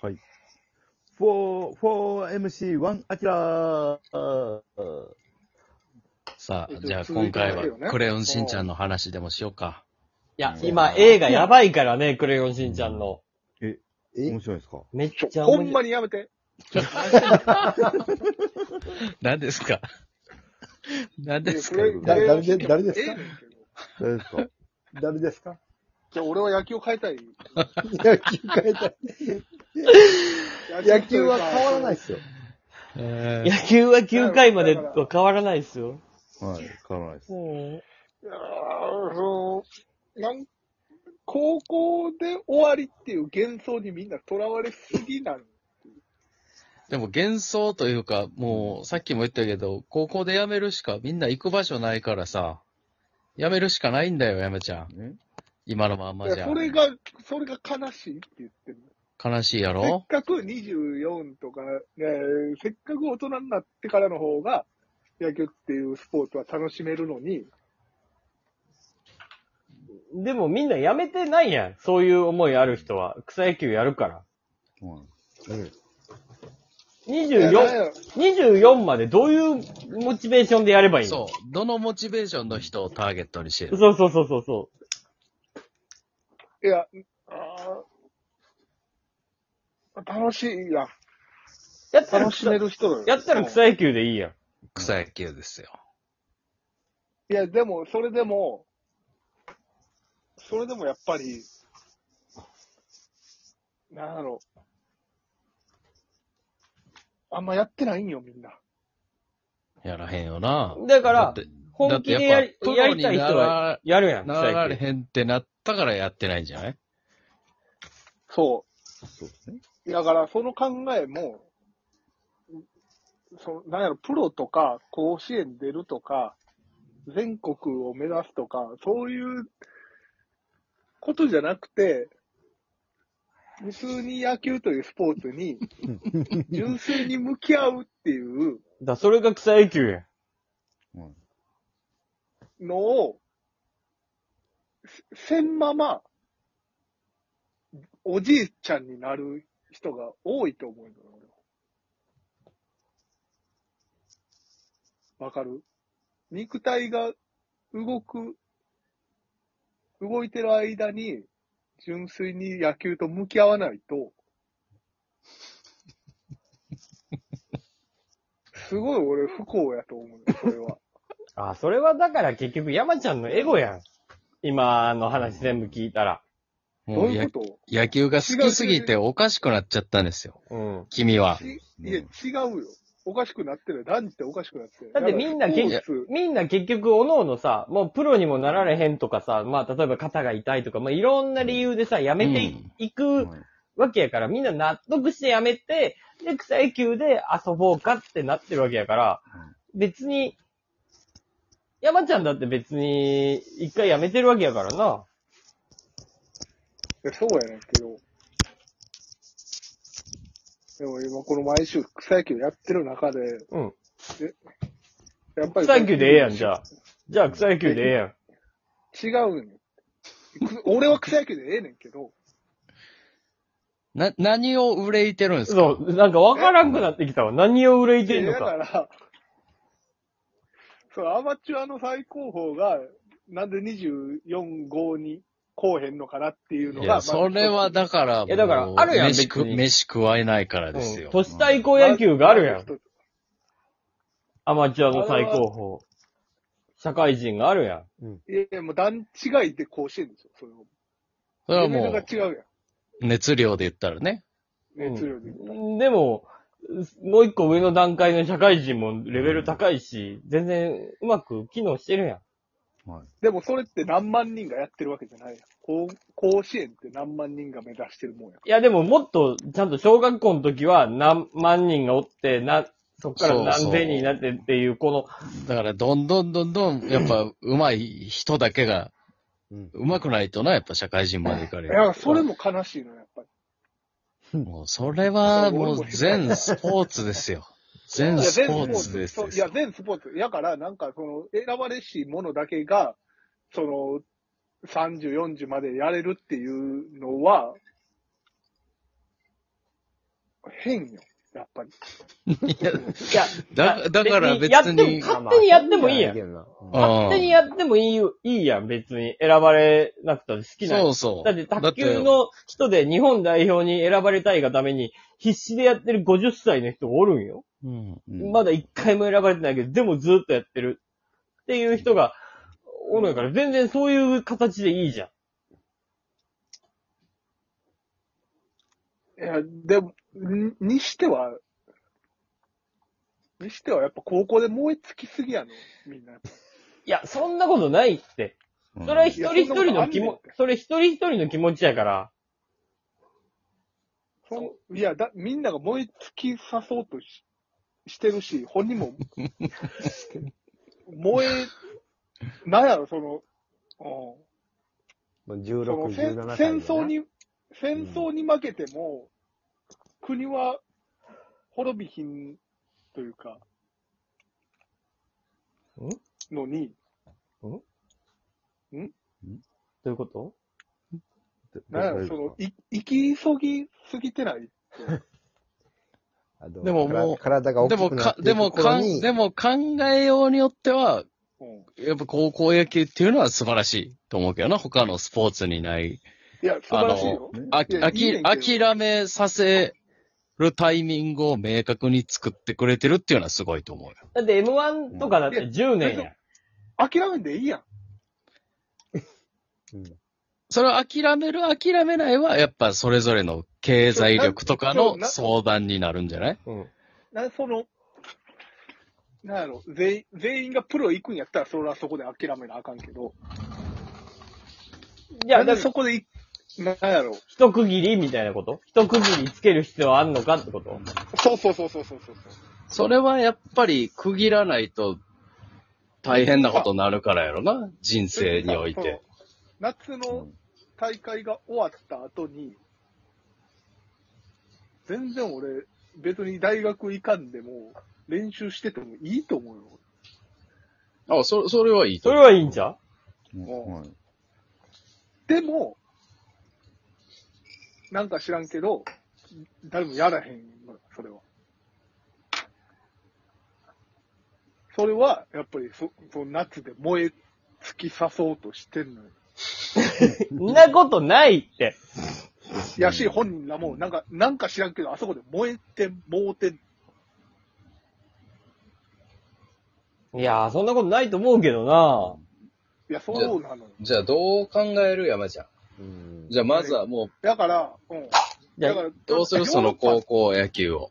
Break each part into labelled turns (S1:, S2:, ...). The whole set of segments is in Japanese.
S1: はい。4MC1 アキラー
S2: さ
S3: えっ
S2: あ、
S3: と
S2: じゃあ今回は
S3: 続いてますよね
S2: クレヨンしんちゃんの話でもしようか。
S4: いや、今映画やばいからね、クレヨンしんちゃんの。
S5: え
S1: 面白いですか
S4: めっ
S3: ちょ
S4: ちゃ
S3: ほんま
S4: に。
S3: にやめて。
S2: 何ですか 何ですか
S3: いや
S5: だ誰で
S3: クレヨンしんちゃん
S5: 誰ですか
S3: ええねんけ
S1: 大丈
S3: ど
S1: 夫ですか
S5: 誰ですか
S3: じゃあ俺は野球を変えたい。
S5: 野球変えたい。野球は変わらない
S3: い。
S5: ですよ。
S2: えー
S4: 野球は9回までと変わらないですよ。
S1: はい、変わらないです。
S3: いやーそのなん高校で終わりっていう幻想にみんな囚われすぎなん。
S2: でも幻想というか、もうさっきも言ったけど、高校で辞めるしか、みんな行く場所ないからさ、辞めるしかないんだよ、やめちゃん。
S1: ね
S2: 今のまん
S3: い
S2: まじ
S3: や
S2: ゃ
S3: そ。れが、それが悲しいって言ってる。
S2: 悲しいや
S3: せっ
S2: ろ
S3: かく24とか、ね、せっかく大人になってからの方が、野球っていうスポーツは楽しめるのに、
S4: でもみんなやめてないやん。そういう思いある人は。草野球やるから。
S1: うん
S3: いやなん
S4: 24
S3: や、
S4: 24までどういうモチベーションでやればいいの
S2: そう。どのモチベーションの人をターゲットにしてる
S4: そうそうそうそうそ
S3: いや、あー楽しいやん。
S4: う。やったら
S3: 楽しめる人だよ。
S4: やったら草野球でいいやん。
S2: 草野球ですよ。
S3: いや、でも、それでも、それでもやっぱり、なんだろう。あんまやってないんよ、みんな。
S2: やらへんよな。
S4: だから
S2: ってだっ
S4: 本
S2: て
S4: 気で
S2: や
S4: や
S2: っ
S4: り
S2: ぱプ
S4: や
S2: ロ
S4: り
S2: に
S4: たい人
S2: な
S4: は
S2: ら
S4: やるやん、
S2: なら
S4: 草
S2: れ
S4: 野球。
S2: へんってなったからやってないんじゃない
S3: そ
S1: そうですね。
S3: う。だから、その考えも、そのなんやろ、プロとか、甲子園出るとか、全国を目指すとか、そういうことじゃなくて、普通に野球というスポー ツに、純粋に向き合うっていう、
S4: だ、それが草野球やん。
S1: うん
S3: のを、せせんまま、おじいちゃんになる人が多いと思うのよ、俺はわかる肉体が動く、動いてる間に、純粋に野球と向き合わない と、すごい俺不幸やと思うよ、それは。
S4: あ、それはだから結局山ちゃんのエゴやん。今の話全部聞いたら。
S3: ど
S2: も
S3: う
S2: う
S3: い
S2: や
S3: うこと
S2: 野球が好きすぎておかしくなっちゃったんですよ。
S4: うん。
S2: 君は。
S3: ちいや、違うよ。おかしくなってる。男児っておかしくなってる。
S4: だってみんな
S3: だからスポーツ
S4: みんな結局、おのおのさ、もうプロにもなられへんとかさ、まあ、例えば肩が痛いとか、まあ、いろんな理由でさ、やめてい,、
S2: うん
S1: はい
S4: くわけやから、みんな納得してやめて、で、草野球で遊ぼうかってなってるわけやから、別に、山ちゃんだって別に、一回やめてるわけやからな。
S3: いやそうやねんけど。でも今この毎週草野球やってる中で、
S4: うん。
S3: やっぱり。
S4: 草野球でええやん、じゃあ。じゃあ草野球でええやん。
S3: 違うんよ。く俺は草野球でええねんけど、
S2: な、何を憂いてるんですか
S4: そう、なんかわからんくなってきたわ。何を憂いてんの
S3: だか
S4: か。
S3: ら、そう、アマチュアの最高峰が、なんで24号にこうへんのかなっていうの
S2: い
S3: が、
S2: や、それはだからもう、
S4: いやだからあるやん
S2: 飯食
S4: 別に
S2: 飯食わえないから
S4: う
S2: ですよ
S4: ん。。都市対抗野球があるやん。アマチュアの最高峰。社会人があるやん。
S3: いやいや、もう段違いで甲子園ですよ、それは。
S2: それは
S3: レ
S2: も
S3: ベルが違う
S2: う、熱量で言ったらね。
S3: やん。熱量で。
S4: でも、もう一個上の段階の社会人もレベル高いし、全然うまく機能してるやん。
S1: はい。
S3: でもそれって何万人がやってるわけじゃないやん。甲甲子園って何万人が目指してるもんや
S4: いやでももっとちゃんと小学校の時は何万人がおって、な、そっから何千人になってっていう、この、
S2: だから、どんどんどんどん、やっぱ、上手い人だけが、
S5: うん
S2: 上手くないとな、やっぱ社会人まで行かれ
S3: から。い
S2: る。
S3: や、それも悲しいの、やっぱり。
S2: もう、それはもう全スポーツですよ。
S3: い
S2: 全
S3: や、
S2: ス
S3: 全
S2: ポ
S3: スポ
S2: ーツで
S3: ーツ。
S2: す
S3: そういや、全スポーツ。やから、なんか、その、選ばれし者だけが、その、30、40までやれるっていうのは、変よ。やっぱり。
S2: いや、
S4: いや、
S2: だだから別に
S4: やっても、勝手にやってもいいやん。
S5: ん。
S4: 勝手にやってもいいよ、いいやん、別に。選ばれなくたって好きな
S2: そ
S4: ん
S2: うそう。
S4: だって卓球
S2: だっ
S4: の人で日本代表に選ばれたいがために必死でやってる50歳の人がおるんよ。
S2: て、
S1: うん
S4: まだ一回も選ばれてないけど、でもずっとやってるっていう人がおるんやから、全然そういう形でいいじゃん。
S3: いや、でも、ににしては、にしてはやっぱ高校で燃え尽きすぎやの、みんな。
S4: いや、そんなことないって。
S1: うん
S4: それは一人
S3: い
S4: 一人
S3: やそんなことあ
S4: の
S3: ん
S4: 気
S3: ねん
S4: 持ち、それ一人一人の気持ちやから。
S3: そのいやだ、みんなが燃え尽きさそうとししてるし、本人も、燃え、なんやろ、その、うん。
S5: もう
S3: その
S5: 16、
S3: 戦
S5: 17歳
S3: 戦争。に、戦争に負けても、国は滅びひんというか、のに、
S4: どういうこと
S3: なんやろ、その、い生き急ぎすぎて ない。
S5: あの
S2: でももう
S5: 体が大
S2: で
S5: き
S2: も
S5: くなっ
S2: か、
S5: てい
S2: で
S5: く
S2: も
S5: 頃
S2: か
S5: に
S2: ん、でも考えようによっては、
S3: うん
S2: やっぱ高校野球っていうのは素晴らしいと思うけどな、他のスポーツにない。
S3: いや、素晴らしいよ。
S2: あ
S3: いやいいねん
S2: あ
S3: け
S2: き、
S3: ど
S2: 諦めさせるタイミングを明確に作ってくれてるっていうのはすごいと思うよ。
S4: だって M1 とかだって10年やん。
S3: 諦めんでいいやん。
S5: うん
S2: それを諦める、諦めないは、やっぱそれぞれの経済力とかの相談になるんじゃない
S4: うん。
S3: なんその、なんやろ、全員、全員がプロ行くんやったら、それはそこで諦めなあかんけど、
S4: い
S3: いや、
S4: や、
S3: で
S4: だから
S3: そこでい、なんやろ、
S4: 一区切りみたいなこと一区切りつける必要はあんのかってこと
S3: そうそうそうそうそうそう。
S2: それはやっぱり区切らないと大変なことになるからやろな、人生において。
S3: その。夏の大会が終わった後に、全然俺、別に大学行かんでも、練習しててもいいと思うよ。
S2: あ、そ、それはいいと
S4: それ
S2: 思う。
S4: はいいんちゃう
S1: うんはい
S3: でも、なんか知らんけど、誰もやらへんのよそれは。それは、やっぱりそ、その夏で燃え尽きさそうとしてんのよ。
S4: そんなことないって。
S3: やし、本人らも、なんか、なんか知らんけど、あそこで燃えて、もうてん、
S4: いやー、そんなことないと思うけどない
S3: や、そうなのよ。
S2: じゃあどう考える山ちゃん。
S5: うん
S2: じゃあまずはもう、
S3: だから、うん。
S4: じゃ
S3: だ
S4: あ
S3: から、
S2: どうするその
S3: こ
S2: 高校野球を。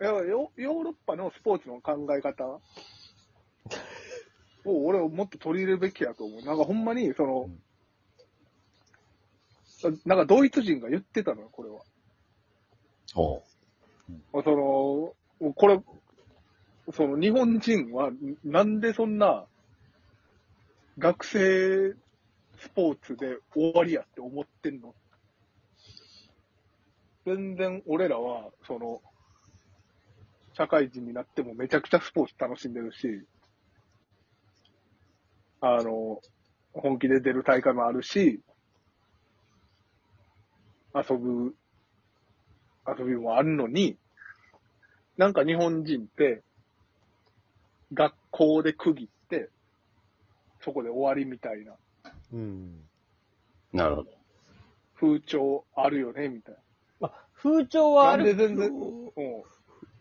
S3: う。だからヨヨーロッパのスポーツの考え方を俺はもっと取り入れるべきやと思う。なんかほんまに、その、なんかドイツ人が言ってたのよ、これは。
S2: ほう。
S3: その、これ、その日本人はなんでそんな学生スポーツで終わりやって思ってんの全然俺らは、その、社会人になってもめちゃくちゃスポーツ楽しんでるし、あの、本気で出る大会もあるし、遊ぶ、遊びもあるのに、なんか日本人って、学校で区切って、そこで終わりみたいな
S5: うん。
S2: なるほど。
S3: 風潮あるよね、みたい
S4: まあ、風潮は
S3: な。
S4: あ
S3: なんで
S4: る。
S3: 全然、うん。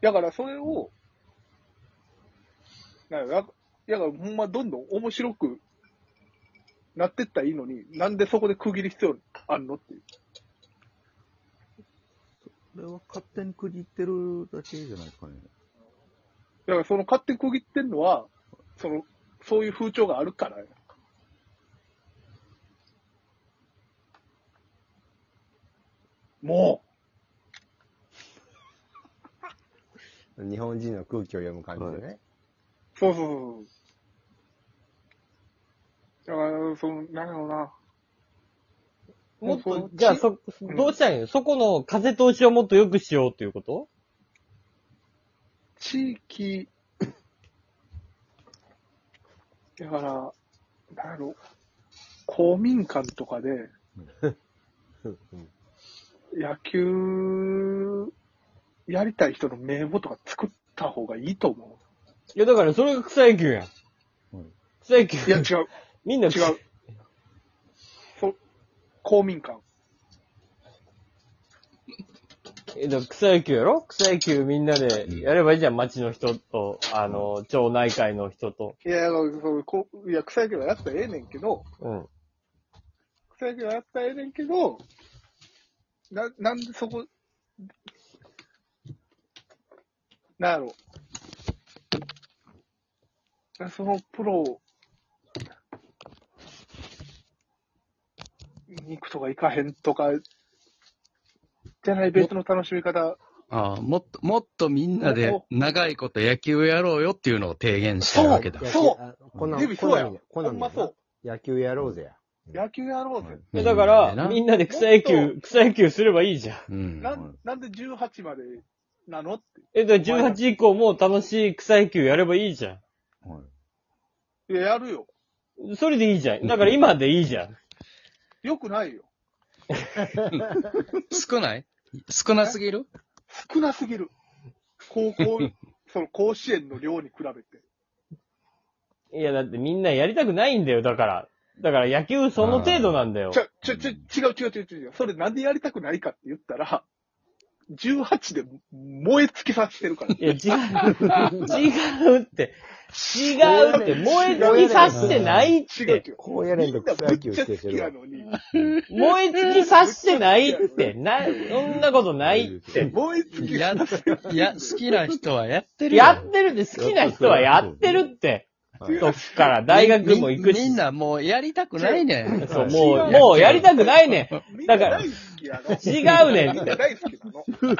S3: だからそれを、なんや、やからほんまどんどん面白くなってったらいいのに、なんでそこで区切る必要あんのっていう。
S1: これは勝手に区切ってるだけじゃないですかね。
S3: だからその勝手に区切ってんのは、その、そういう風潮があるからや。も
S5: 日本人の空気を読む感じでね。
S3: う、そうそうそうそう。だから、その、なんやろうな。
S4: もっ
S3: そうそ
S4: と
S3: う、
S4: じゃあそ、
S3: ん
S4: どうしたらいいのそこの風通しをもっと良くしようっていうこと
S3: 地域、だから、なんやろ、公民館とかで、
S5: うんうん
S3: 野球やりたい人の名簿とか作った方がいいと思
S4: いや、だからそれが草野球やん。
S1: うん
S4: 草野球
S3: う。いや、違う。
S4: みんな
S3: 違う。そ、公民館。
S4: え、だから草野球やろ草野球みんなでやればいいじゃん。町の人と、あの、町内会の人と。
S3: いや、そうこういや草野球はやったらええねんけど、
S4: うん。
S3: 草野球はやったらええねんけど、な、なんでそこ、なんやろう。そのプロに行くとか行かへんとか、じゃない別の楽しみ方。
S2: ああ、もっと、もっとみんなで長いこと野球やろうよっていうのを提言したいわけだ。
S3: そう
S5: うこの、
S3: デビそうや
S5: 好みで。好
S3: ほ
S5: みで
S3: んまそう。
S5: 野球やろうぜや。
S3: 野球やろうぜ。
S4: いやだから、み
S2: みん
S4: んなで草野球、草野球すればいいじゃん。
S2: な
S3: な
S2: うん。
S3: んなんで18までなのって。
S4: え、だから18以降も楽しい草野球やればいいじゃ
S1: はい
S3: いや、やるよ。
S4: ん。それでいいじゃん。だから今でいいじゃん。
S3: よくないよ。
S2: 少ない少なすぎる
S3: 少なすぎる。高校、その甲子園の量に比べて。
S4: いや、だってみんなやりたくないんだよ、だから。だから野球その程度なんだよ
S3: ち。ょ、ちょ、ちょ、違う違う違う違う違う。それなんでやりたくないかって言ったら、18で燃え尽きさせてるから。
S4: いや、違う。違うって。違うって。燃え尽きさしてないっ
S3: 違う違
S4: て。
S3: う。
S5: こうやれんと草野球してるけど
S3: みんなぶっちゃ好き
S4: 燃え尽きさしてないって。な、そんなことないって
S3: やのに。。燃え尽き
S2: や
S3: させ、
S2: いや、好きな人はやってるよ。
S4: やってるって、好きな人はやってるって。そっから大学も行くし。
S2: みみんなもうやりたくないねん。
S4: そう、
S3: 違う
S4: もう、もうやりたくないねん。
S3: みん
S4: だ
S3: な
S4: から
S3: 大好きやろ。
S4: 違うねん
S3: みんな大好きなの。